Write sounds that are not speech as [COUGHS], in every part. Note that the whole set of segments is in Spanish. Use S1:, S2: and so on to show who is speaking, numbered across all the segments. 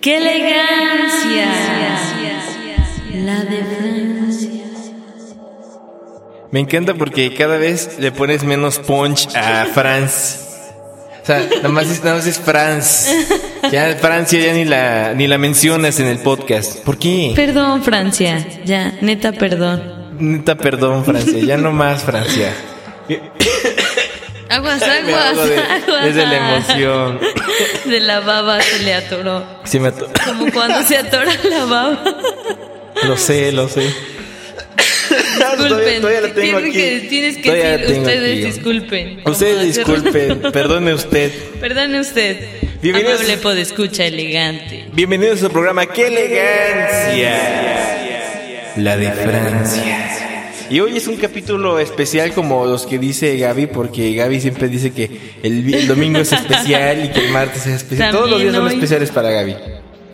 S1: ¡Qué elegancia! La de Francia.
S2: Me encanta porque cada vez le pones menos punch a France. O sea, nada más es, nada más es France. Ya Francia ya ni la, ni la mencionas en el podcast. ¿Por qué?
S1: Perdón, Francia. Ya, neta, perdón.
S2: Neta, perdón, Francia. Ya no más, [LAUGHS] Francia.
S1: Aguas,
S2: [LAUGHS] Me
S1: aguas,
S2: ahogo de-
S1: aguas.
S2: es de la emoción.
S1: De la baba se le atoró.
S2: Sí me ato-
S1: Como cuando se atora la baba.
S2: [COUGHS] Lo sé, lo sé.
S1: Disculpen.
S2: [LAUGHS] Todavía- todavía la tengo
S1: Tienen
S2: aquí.
S1: que- tienes que
S2: Todavía la
S1: decir,
S2: tengo
S1: ustedes
S2: aquí.
S1: disculpen.
S2: Ustedes
S1: Como hacerlo.
S2: disculpen,
S1: [LAUGHS]
S2: perdone usted.
S1: Perdone usted.
S2: Bienvenidos.
S1: Amable podescucha elegante.
S2: Bienvenidos a su programa ¡Qué elegancia! La de Francia. Y hoy es un capítulo especial como los que dice Gaby, porque Gaby siempre dice que el, vi- el domingo es especial y que el martes es especial. Todos los días
S1: También
S2: son
S1: hoy.
S2: especiales para Gaby.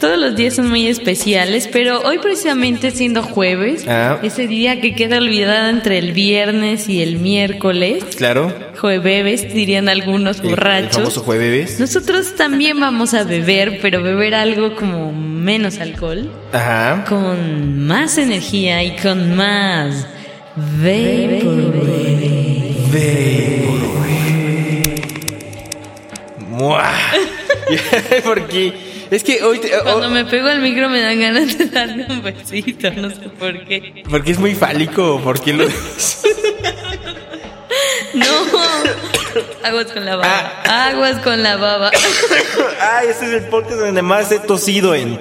S1: Todos los días son muy especiales, pero hoy precisamente siendo jueves,
S2: Ah.
S1: ese día que queda olvidado entre el viernes y el miércoles,
S2: Claro.
S1: jueves dirían algunos
S2: El- El famoso
S1: borrachos.
S2: jueves.
S1: Nosotros también vamos a beber, pero beber algo como menos alcohol,
S2: Ajá.
S1: con más energía y con más vaporwave.
S2: Muah. [LAUGHS] porque es que hoy... te-
S1: Cuando
S2: oh,
S1: me pego al micro me dan ganas de darle un besito, no sé por qué.
S2: porque es muy fálico, porque lo...
S1: No, aguas con la baba,
S2: Ah.
S1: aguas con la baba.
S2: Ay, este es el podcast donde más he tosido en,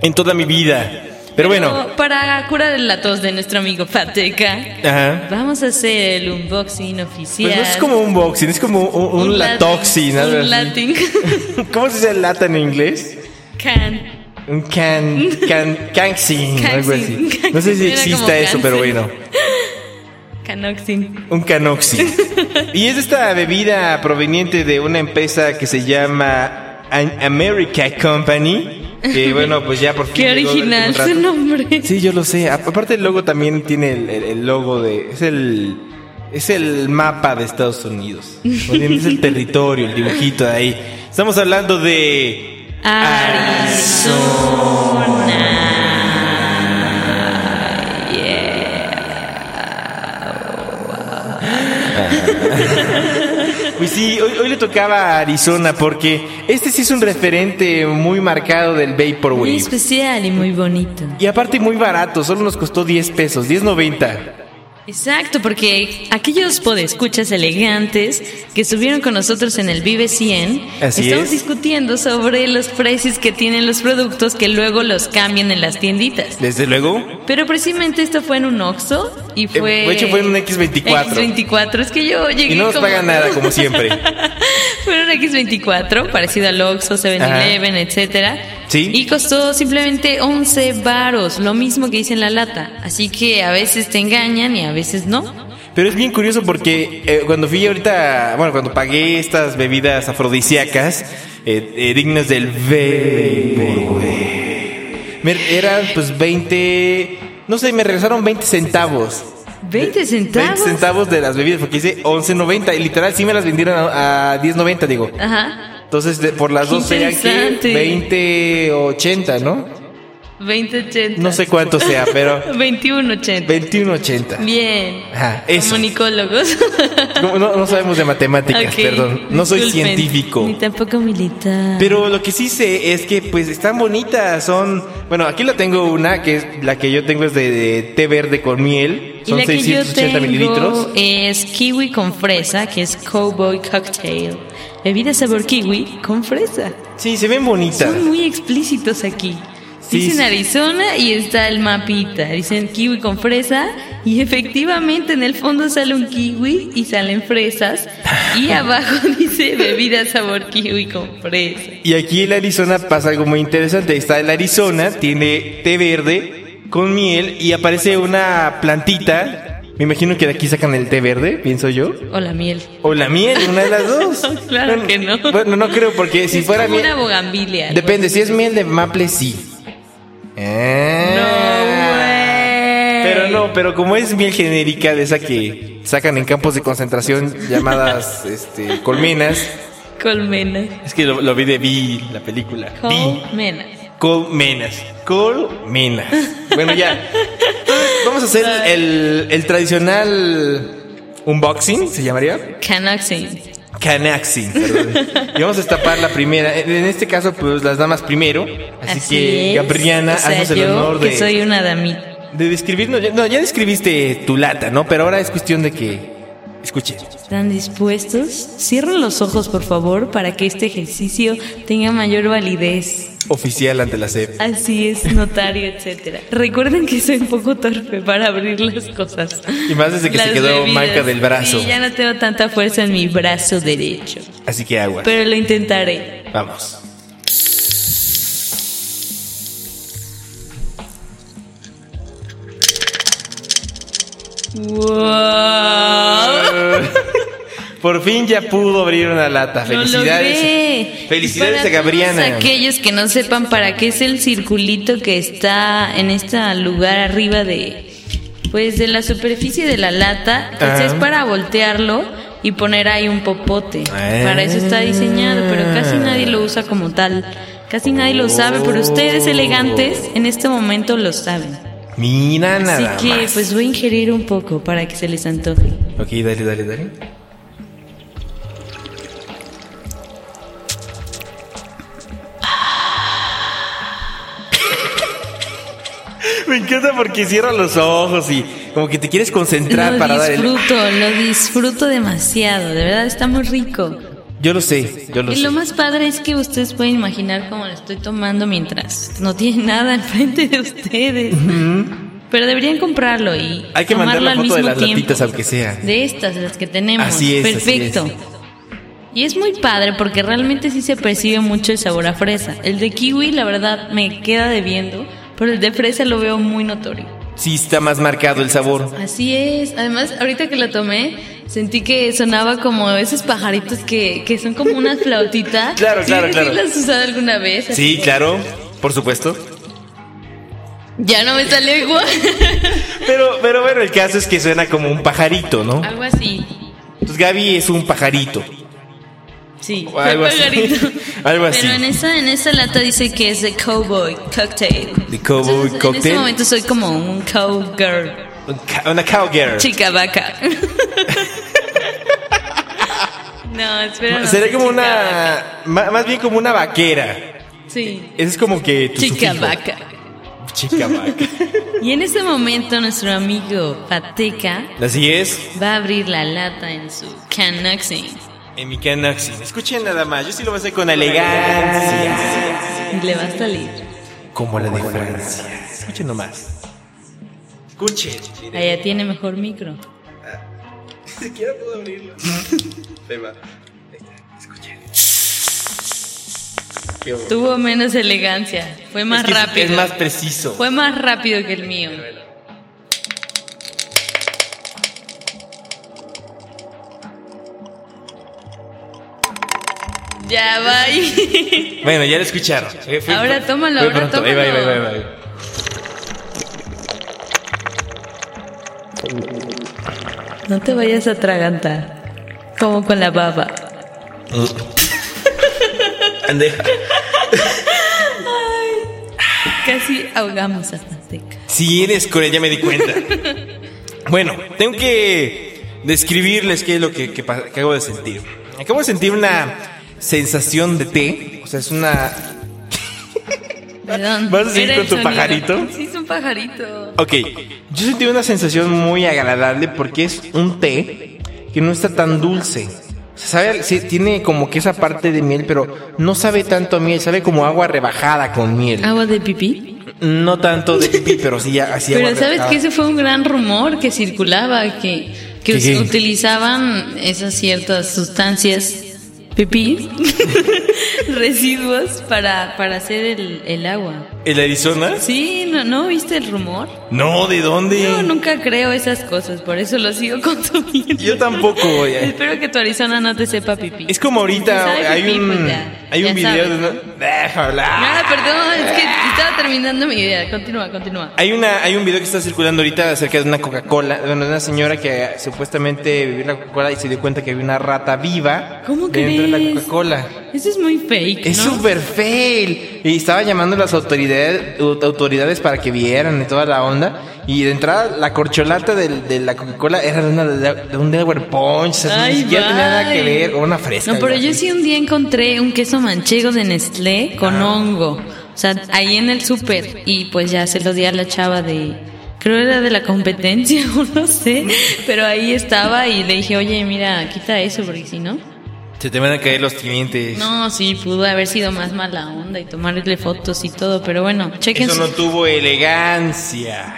S2: en toda mi vida. Pero bueno.
S1: Pero Para curar la tos de nuestro amigo Pateca,
S2: Ajá.
S1: vamos a hacer el unboxing oficial.
S2: Pues no es como un boxing, es como un, un latoxin.
S1: Latin,
S2: algo
S1: Un
S2: así.
S1: Latin.
S2: [LAUGHS] ¿Cómo se dice lata en inglés?
S1: Can.
S2: Un can, can,
S1: [LAUGHS]
S2: canxin, algo así.
S1: Canxin,
S2: No sé
S1: canxin,
S2: si
S1: era como
S2: exista eso, pero
S1: cáncer.
S2: bueno.
S1: Canoxin.
S2: Un
S1: [LAUGHS]
S2: canoxin. Y es esta bebida proveniente de una empresa que se llama An- America Company.
S1: [LAUGHS]
S2: Que bueno, pues ya por fin.
S1: Qué
S2: llegó del
S1: original
S2: último
S1: su
S2: rato.
S1: nombre.
S2: Sí, yo lo sé. A- Aparte el logo también tiene el, el- el logo de... Es el, es el mapa de Estados Unidos. Más bien es el territorio, el dibujito de ahí. Estamos hablando de... Ah,
S1: Arizona. Yeah.
S2: Pues sí, hoy, hoy le tocaba a Arizona porque este sí es un referente muy marcado del
S1: Muy
S2: Vaporwave.
S1: especial y muy bonito.
S2: Y aparte muy barato, solo nos costó 10 pesos, 10.90.
S1: Exacto, porque aquellos podescuchas elegantes que estuvieron con nosotros en el Vive 100,
S2: Así
S1: estamos
S2: es.
S1: discutiendo sobre los precios que tienen los productos que luego los cambian en las tienditas.
S2: Desde luego.
S1: Pero precisamente esto fue en un Oxxo y fue...
S2: Eh, de hecho, fue en un X24.
S1: X24, es que yo llegué
S2: Y no nos
S1: como-
S2: pagan nada, como siempre.
S1: [LAUGHS] fue un X24, parecido al Oxxo, 7-Eleven, etcétera.
S2: Sí.
S1: Y costó simplemente 11 varos, lo mismo que dice en la lata. Así que a veces te engañan y a veces no.
S2: Pero es bien curioso porque eh, cuando fui ahorita, bueno, cuando pagué estas bebidas afrodisíacas, eh, eh, dignas del Vaporwave, me- eran pues 20, no sé, me regresaron 20 centavos.
S1: 20 centavos.
S2: 20 centavos de las bebidas, porque hice 11.90 y literal sí me las vendieron a, a 10.90, digo.
S1: Ajá.
S2: Entonces, de- por las
S1: Qué
S2: dos serían
S1: interesante.
S2: que 20.80, ¿no?
S1: 20, 80.
S2: No sé cuánto sea, pero
S1: [LAUGHS] 21, 80.
S2: 21.80.
S1: Bien.
S2: Ajá, eso. [LAUGHS]
S1: Comunicólogos.
S2: No, no sabemos de matemáticas,
S1: Ok,
S2: perdón. No soy
S1: disculpen.
S2: científico.
S1: Ni tampoco militar.
S2: Pero lo que sí sé es que pues están bonitas, son... Bueno, aquí la tengo una, que es la que yo tengo es de, de té verde con miel,
S1: y
S2: son
S1: la que yo
S2: 680
S1: tengo
S2: mililitros.
S1: es kiwi con fresa, que es Cowboy Cocktail. Bebida sabor kiwi con fresa.
S2: Sí, se ven bonitas.
S1: Son muy explícitos aquí.
S2: Sí,
S1: Dicen
S2: sí.
S1: Arizona y está el mapita. Dicen kiwi con fresa y efectivamente en el fondo sale un kiwi y salen fresas.
S2: [LAUGHS]
S1: Y abajo [LAUGHS] dice bebida sabor kiwi con fresa.
S2: Y aquí en Arizona pasa algo muy interesante. Está el Arizona, tiene té verde con miel y aparece una plantita. Me imagino que de aquí sacan el té verde, pienso yo.
S1: O la miel.
S2: O la miel, una de las dos.
S1: No, [LAUGHS] claro
S2: Bueno,
S1: que no.
S2: Bueno, no creo, porque Eh, si
S1: es
S2: fuera
S1: como
S2: miel.
S1: una bogambilia. algo
S2: Depende,
S1: así.
S2: si es miel de maple, sí. Eh.
S1: No, güey.
S2: Pero no, pero como es miel genérica de esa que sacan en campos de concentración
S1: [LAUGHS]
S2: llamadas este, colmenas.
S1: Colmenas.
S2: Es que lo, lo vi de Vi, la película. Vi.
S1: Colmenas.
S2: Colmenas. Colmenas. Bueno, ya. Entonces, vamos a hacer el, el tradicional unboxing, se llamaría.
S1: Canoxing.
S2: Canaxing, perdón. Y vamos a destapar la primera. En en este caso, pues las damas primero. Así, que,
S1: es.
S2: Gabriana,
S1: O sea,
S2: haznos el
S1: yo,
S2: honor de,
S1: que soy una damita.
S2: de describirnos. Ya- No, ya describiste tu lata, ¿no? Pero ahora es cuestión de que escuche.
S1: ¿Están dispuestos? Cierren los ojos, por favor, para que este ejercicio tenga mayor validez.
S2: Oficial ante la E CEP.
S1: Así es, notario, etcétera. Recuerden que soy un poco torpe para abrir las cosas.
S2: Y más desde que se quedó manca del brazo.
S1: Y ya no tengo tanta fuerza en mi brazo derecho.
S2: Así que agua.
S1: Pero lo intentaré.
S2: Vamos. [LAUGHS]
S1: ¡Wow!
S2: Por fin ya pudo abrir una lata.
S1: Lo
S2: Felicidades.
S1: logré.
S2: Felicidades
S1: Y
S2: a
S1: para
S2: Gabriana.
S1: todos aquellos que no sepan para qué es el circulito que está en este lugar arriba de pues de la superficie de la lata, pues
S2: Ajá.
S1: es para voltearlo y poner ahí un popote.
S2: Ah.
S1: Para eso está diseñado, pero casi nadie lo usa como tal. Casi nadie lo sabe,
S2: Oh.
S1: pero ustedes elegantes en este momento lo saben.
S2: Mira nada.
S1: Así que
S2: más.
S1: pues voy a ingerir un poco para que se les antoje.
S2: Ok, dale, dale, dale. [LAUGHS] Me encanta porque cierra los ojos y como que te quieres concentrar
S1: Lo
S2: para dar el...
S1: disfruto, lo disfruto demasiado, de verdad está muy rico.
S2: Yo lo sé, yo lo
S1: Y
S2: sé.
S1: lo más padre es que ustedes pueden imaginar cómo lo estoy tomando mientras no tiene nada enfrente de ustedes. Pero deberían comprarlo y
S2: Hay que mandar
S1: tomarlo
S2: la
S1: al
S2: foto
S1: mismo
S2: de las
S1: tiempo.
S2: latitas aunque sea.
S1: De estas, las que tenemos.
S2: Así es, así
S1: Perfecto.
S2: es.
S1: Y es muy padre porque realmente sí se percibe mucho el sabor a fresa. El de kiwi, la verdad, me queda debiendo, pero el de fresa lo veo muy notorio.
S2: Sí está más marcado el sabor.
S1: Así es. Además, ahorita que la tomé, sentí que sonaba como esos pajaritos que, que son como una flautita.
S2: [LAUGHS] Claro, claro,
S1: ¿Sí,
S2: claro.
S1: ¿Sí las has usado alguna vez? Así
S2: Sí,
S1: que-
S2: claro, por supuesto.
S1: Ya no me salió igual. [LAUGHS]
S2: Pero, pero bueno, el caso es que suena como un pajarito, ¿no?
S1: Algo así.
S2: Entonces Gaby es un pajarito.
S1: Sí,
S2: O algo
S1: fue
S2: así.
S1: pajarito.
S2: [LAUGHS] Algo así.
S1: Pero en esa, en esa lata dice que es de cowboy cocktail.
S2: The cowboy
S1: Entonces, En
S2: cocktail.
S1: este momento soy como un cowgirl.
S2: Un ca- Una cowgirl.
S1: Chica vaca.
S2: [LAUGHS]
S1: [LAUGHS] no, espera. no,
S2: Sería
S1: soy
S2: como
S1: chica vaca.
S2: una. ma- Más bien como una vaquera.
S1: Sí.
S2: Ese es como que. tu
S1: Chica
S2: sufijo.
S1: vaca.
S2: Chica vaca.
S1: Y en ese momento nuestro amigo Pateca
S2: Así es.
S1: va a abrir la lata en su canoxing
S2: En mi canaxi. Escuchen nada más. Yo sí lo voy a hacer con elegancia.
S1: y le va a salir.
S2: Como la de Francia. Escuchen nomás. Escuchen.
S1: Allá tiene mejor micro.
S2: Ni siquiera puedo abrirlo. [LAUGHS] Ahí va. Escuchen. Qué bueno.
S1: Tuvo menos elegancia. Fue más
S2: Es que es-
S1: rápido.
S2: Es más preciso.
S1: Fue más rápido que el mío. Ya va ahí. [LAUGHS]
S2: Bueno, ya lo escucharon. Fue- fue-
S1: Ahora
S2: fue-
S1: tómalo,
S2: fue
S1: ahora
S2: pronto. Ahí va, ahí va,
S1: tómalo.
S2: ahí va, ahí va.
S1: No te vayas a atragantar. Como con la baba.
S2: Mm. Andeja.
S1: Casi ahogamos a Pateca.
S2: Si eres cruel, ya me di cuenta. Bueno, tengo que describirles qué es lo que, que pa- que acabo de sentir. Acabo de sentir una sensación de té. O sea, es una...
S1: Perdón.
S2: ¿Vas a seguir
S1: era
S2: con
S1: el
S2: tu
S1: sonido.
S2: pajarito?
S1: Sí, es un pajarito.
S2: Ok, yo sentí una sensación muy agradable porque es un té que no está tan dulce. O sea, sabe, sí, tiene como que esa
S1: Ah.
S2: parte de miel, pero no sabe tanto a miel, sabe como agua rebajada con miel.
S1: ¿Agua de pipí?
S2: No tanto de pipí, pero sí ya hacía
S1: Pero
S2: agua
S1: sabes
S2: reacada.
S1: que ese fue un gran rumor que circulaba, que, que
S2: ¿Qué, qué?
S1: utilizaban esas ciertas sustancias, pipí, [LAUGHS] residuos para, para hacer el, el agua.
S2: ¿El Arizona?
S1: Sí, ¿no, ¿no viste el rumor?
S2: No, ¿de dónde?
S1: Yo nunca creo esas cosas, por eso lo sigo [LAUGHS] consumiendo.
S2: Yo tampoco, güey.
S1: Espero que tu Arizona no te sepa pipí.
S2: Es como ahorita
S1: Sabe
S2: hay
S1: pipí,
S2: un,
S1: pues ya,
S2: hay un
S1: ya
S2: video
S1: sabes.
S2: de una... Deja hablar.
S1: Nada, Ah, perdón, es que estaba terminando mi idea. Continúa, continúa.
S2: Hay, una, hay un video que está circulando ahorita acerca de una Coca-Cola, de una señora que eh, supuestamente bebió la Coca-Cola y se dio cuenta que había una rata viva
S1: ¿Cómo
S2: dentro de la
S1: crees?
S2: Coca-Cola.
S1: Eso es muy fake,
S2: Es
S1: ¿no?
S2: súper fail. Y estaba llamando a las autoridades, au- autoridades para que vieran y toda la onda. Y de entrada, la corcholata del- de, la Coca-Cola era de, una- de un Delaware Punch. o sea,
S1: Ay,
S2: ni siquiera tenía nada que
S1: bye.
S2: ver. O una fresca.
S1: No, pero
S2: algo
S1: yo
S2: así.
S1: sí un día encontré un queso manchego de Nestlé con hongo. O sea, ahí en el súper. Y pues ya se lo di a la chava de... Creo era de la competencia [LAUGHS] o no sé. Pero ahí estaba y le dije, oye, mira, quita eso porque si no...
S2: Se te van a caer los clientes.
S1: No, sí, pudo haber sido más mala onda y tomarle fotos y todo. Pero bueno, chequen
S2: Eso no tuvo elegancia.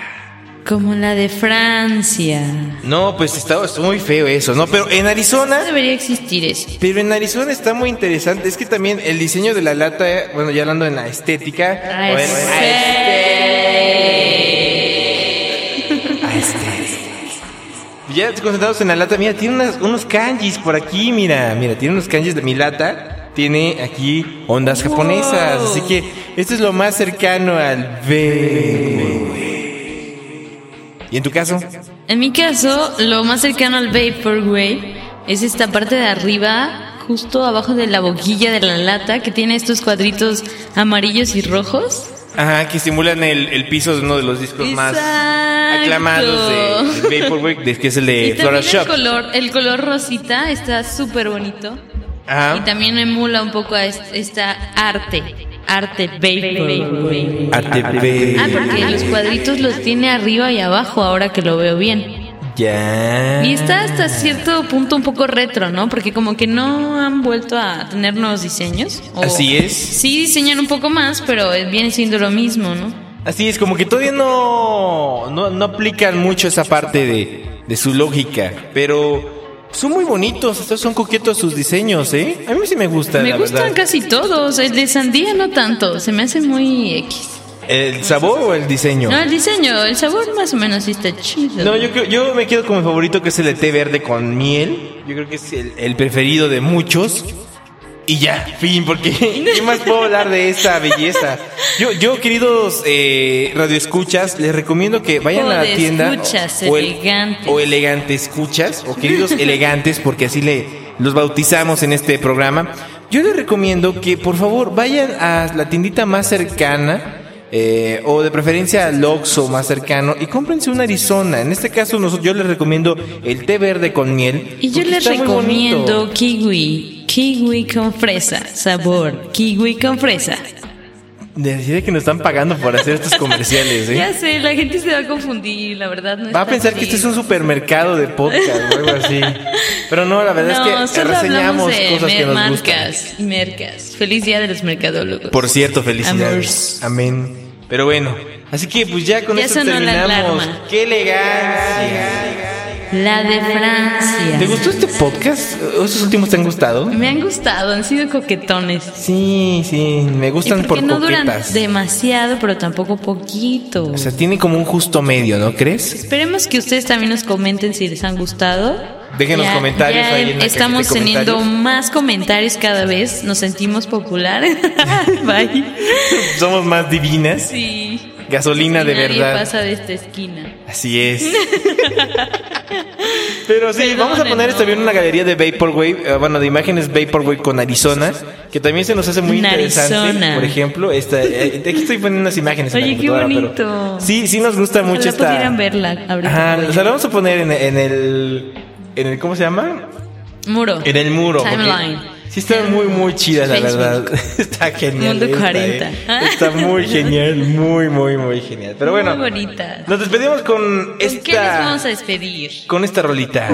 S1: Como la de Francia.
S2: No, pues está, está muy feo eso, ¿no? Pero en
S1: No
S2: Arizona,
S1: debería existir eso.
S2: pero en Arizona está muy interesante. Es que también el diseño de la lata, eh, bueno, ya hablando en la estética.
S1: Ah,
S2: o en- Ya concentrados en la lata, mira, tiene unas- unos kanjis por aquí, mira, mira, tiene unos kanjis de mi lata. Tiene aquí ondas
S1: Wow.
S2: japonesas, así que esto es lo más cercano al vape. ¿Y en tu caso?
S1: En mi caso, lo más cercano al Vaporwave es esta parte de arriba, justo abajo de la boquilla de la lata, que tiene estos cuadritos amarillos y rojos.
S2: Ajá, que simulan el, el piso de uno de los discos más
S1: Exacto.
S2: aclamados de, de Vaporwave, de- que es el
S1: Y
S2: de
S1: también
S2: Flora
S1: el
S2: Shop.
S1: color, el color rosita está súper bonito.
S2: Ajá.
S1: Y también emula un poco a es- esta arte, arte Vaporwave.
S2: ATP.
S1: Ah, porque los cuadritos los tiene arriba y abajo, ahora que lo veo bien.
S2: Ya.
S1: Y está hasta
S2: Ah.
S1: cierto punto un poco retro, ¿no? Porque como que no han vuelto a tener nuevos diseños. o-
S2: Así es.
S1: Sí diseñan un poco más, pero viene siendo lo mismo, ¿no?
S2: Así es, como que todavía no, no, no aplican mucho esa parte de, de su lógica, pero son muy bonitos, estos son coquetos sus diseños, ¿eh? A mí sí me gustan,
S1: Me
S2: la
S1: gustan
S2: verdad.
S1: casi todos. El de sandía no tanto, se me hace muy X.
S2: ¿El sabor o el diseño?
S1: No, el diseño, el sabor más o menos sí está chido.
S2: No, yo, creo- yo me quedo con mi favorito que es el de té verde con miel. Yo creo que es el, el preferido de muchos. Y ya, fin, porque [LAUGHS] ¿qué más puedo hablar de esta belleza? Yo, yo queridos eh, radioescuchas, les recomiendo que vayan a la tienda.
S1: Podescuchas,
S2: o el-
S1: elegantes.
S2: O elegante escuchas, o queridos elegantes, porque así le los bautizamos en este programa. Yo les recomiendo que por favor vayan a la tiendita más cercana. eh, o de preferencia al Oxxo más cercano y cómprense una Arizona. En este caso noso- yo les recomiendo el té verde con miel.
S1: Y yo
S2: porque
S1: les
S2: está muy bonito.
S1: recomiendo kiwi, kiwi con fresa, sabor, kiwi con fresa.
S2: Decide que nos están pagando por hacer estos comerciales. ¿eh?
S1: [LAUGHS] Ya sé, la gente se va a confundir, la verdad. No
S2: Va a
S1: está
S2: pensar que
S1: así.
S2: este es un supermercado de podcast o algo así. Pero no, la verdad
S1: No,
S2: es que
S1: solo hablamos
S2: reseñamos
S1: de
S2: cosas que
S1: mer-
S2: nos gustan.
S1: marcas y mercas. Feliz día de los mercadólogos.
S2: Por cierto, felicidades.
S1: Amors.
S2: Amén. Pero bueno, así que pues ya con
S1: Ya
S2: esto
S1: sonó la
S2: terminamos.
S1: alarma.
S2: ¡Qué elegancia!
S1: La de Francia.
S2: ¿Te gustó este podcast? ¿Estos últimos te han gustado?
S1: Me han gustado, han sido coquetones.
S2: Sí, sí, me
S1: Y
S2: gustan por
S1: porque no duran
S2: coquetas.
S1: demasiado, pero tampoco poquito.
S2: O sea, tiene como un justo medio, ¿no crees?
S1: Esperemos que ustedes también nos comenten si les han gustado.
S2: Dejen los comentarios
S1: ya
S2: ahí en la
S1: Estamos
S2: cajita de
S1: teniendo
S2: comentarios.
S1: más comentarios cada vez. Nos sentimos populares. [LAUGHS] Bye.
S2: Somos más divinas.
S1: Sí.
S2: Gasolina de
S1: Nadie
S2: verdad.
S1: pasa de esta esquina.
S2: Así es. Pero sí, vamos a poner
S1: Perdónenos.
S2: también una galería de Vaporwave, eh, bueno, de imágenes Vaporwave con Arizona, que también se nos hace muy interesante.
S1: Arizona.
S2: Por ejemplo, esta, eh, aquí estoy poniendo unas imágenes. en la
S1: Oye, qué
S2: computadora, pero
S1: bonito.
S2: sí, sí nos gusta mucho
S1: Ojalá
S2: esta.
S1: pudieran verla ahorita.
S2: Ajá, o sea, la vamos a poner en, en el, en el, ¿cómo se llama?
S1: Muro.
S2: En el muro. porque
S1: Timeline.
S2: Sí, está muy, muy chida, la
S1: Facebook.
S2: verdad. [LAUGHS] Está genial.
S1: Mundo
S2: esta,
S1: 40.
S2: eh. Está muy genial, muy, muy, muy genial. Pero bueno,
S1: Muy bonita.
S2: nos despedimos con
S1: ¿Con
S2: esta
S1: qué nos vamos a despedir?
S2: con esta rolita.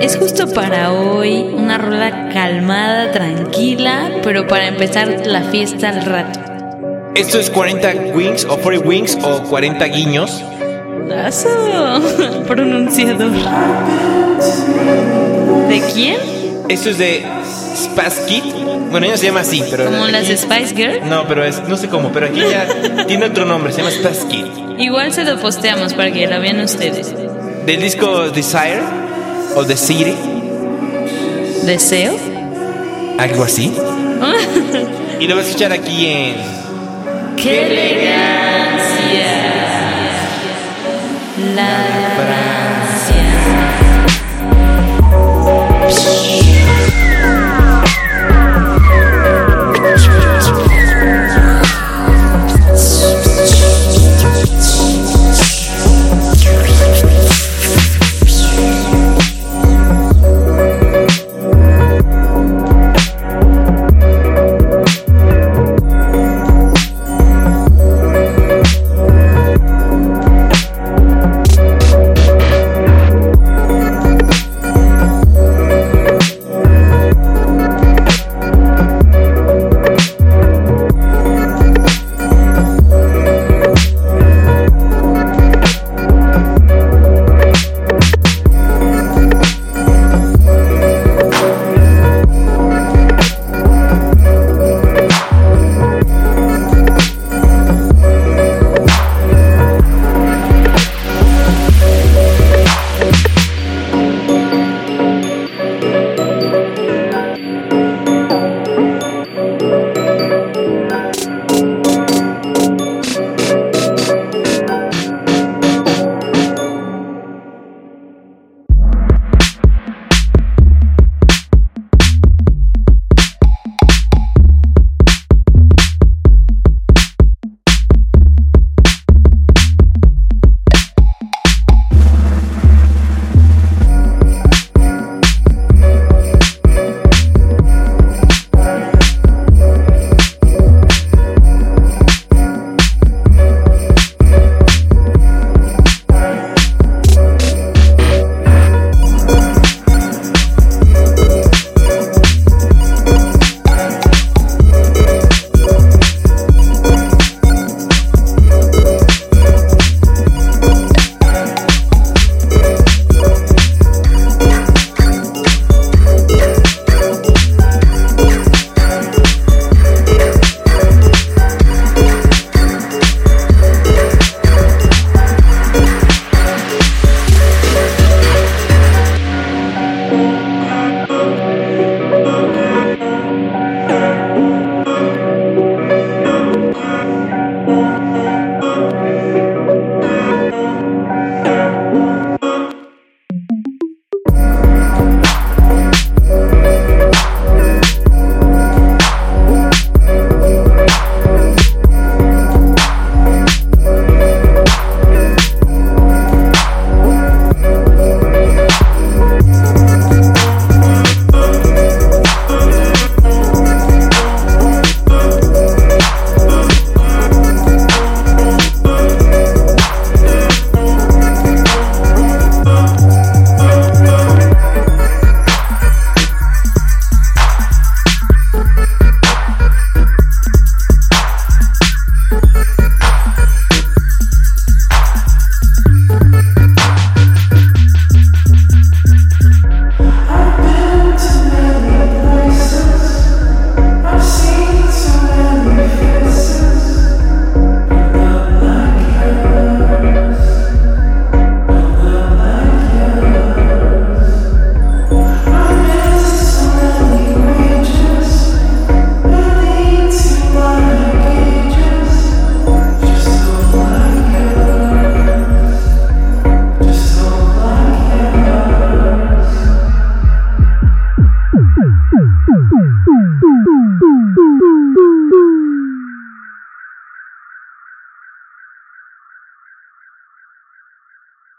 S1: Es justo para hoy una rola calmada, tranquila, pero para empezar la fiesta al rato.
S2: Esto es 40 wings o 40 wings o 40 guiños.
S1: Eso, [LAUGHS] pronunciador. ¿De quién?
S2: Esto es de Spaz Kid. Bueno, ella se llama así, pero.
S1: ¿Como las
S2: aquí-
S1: Spice Girl?
S2: No, pero es, no sé cómo, pero aquí
S1: [LAUGHS]
S2: ya tiene otro nombre, se llama Spaz Kid.
S1: Igual se lo posteamos para que la vean ustedes.
S2: Del disco Desire o The City,
S1: ¿Deseo? [LAUGHS]
S2: algo así. Y lo vas a escuchar aquí en.
S1: ¡Qué elegancia! La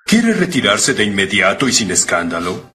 S3: ¿Quiere retirarse de inmediato y sin escándalo?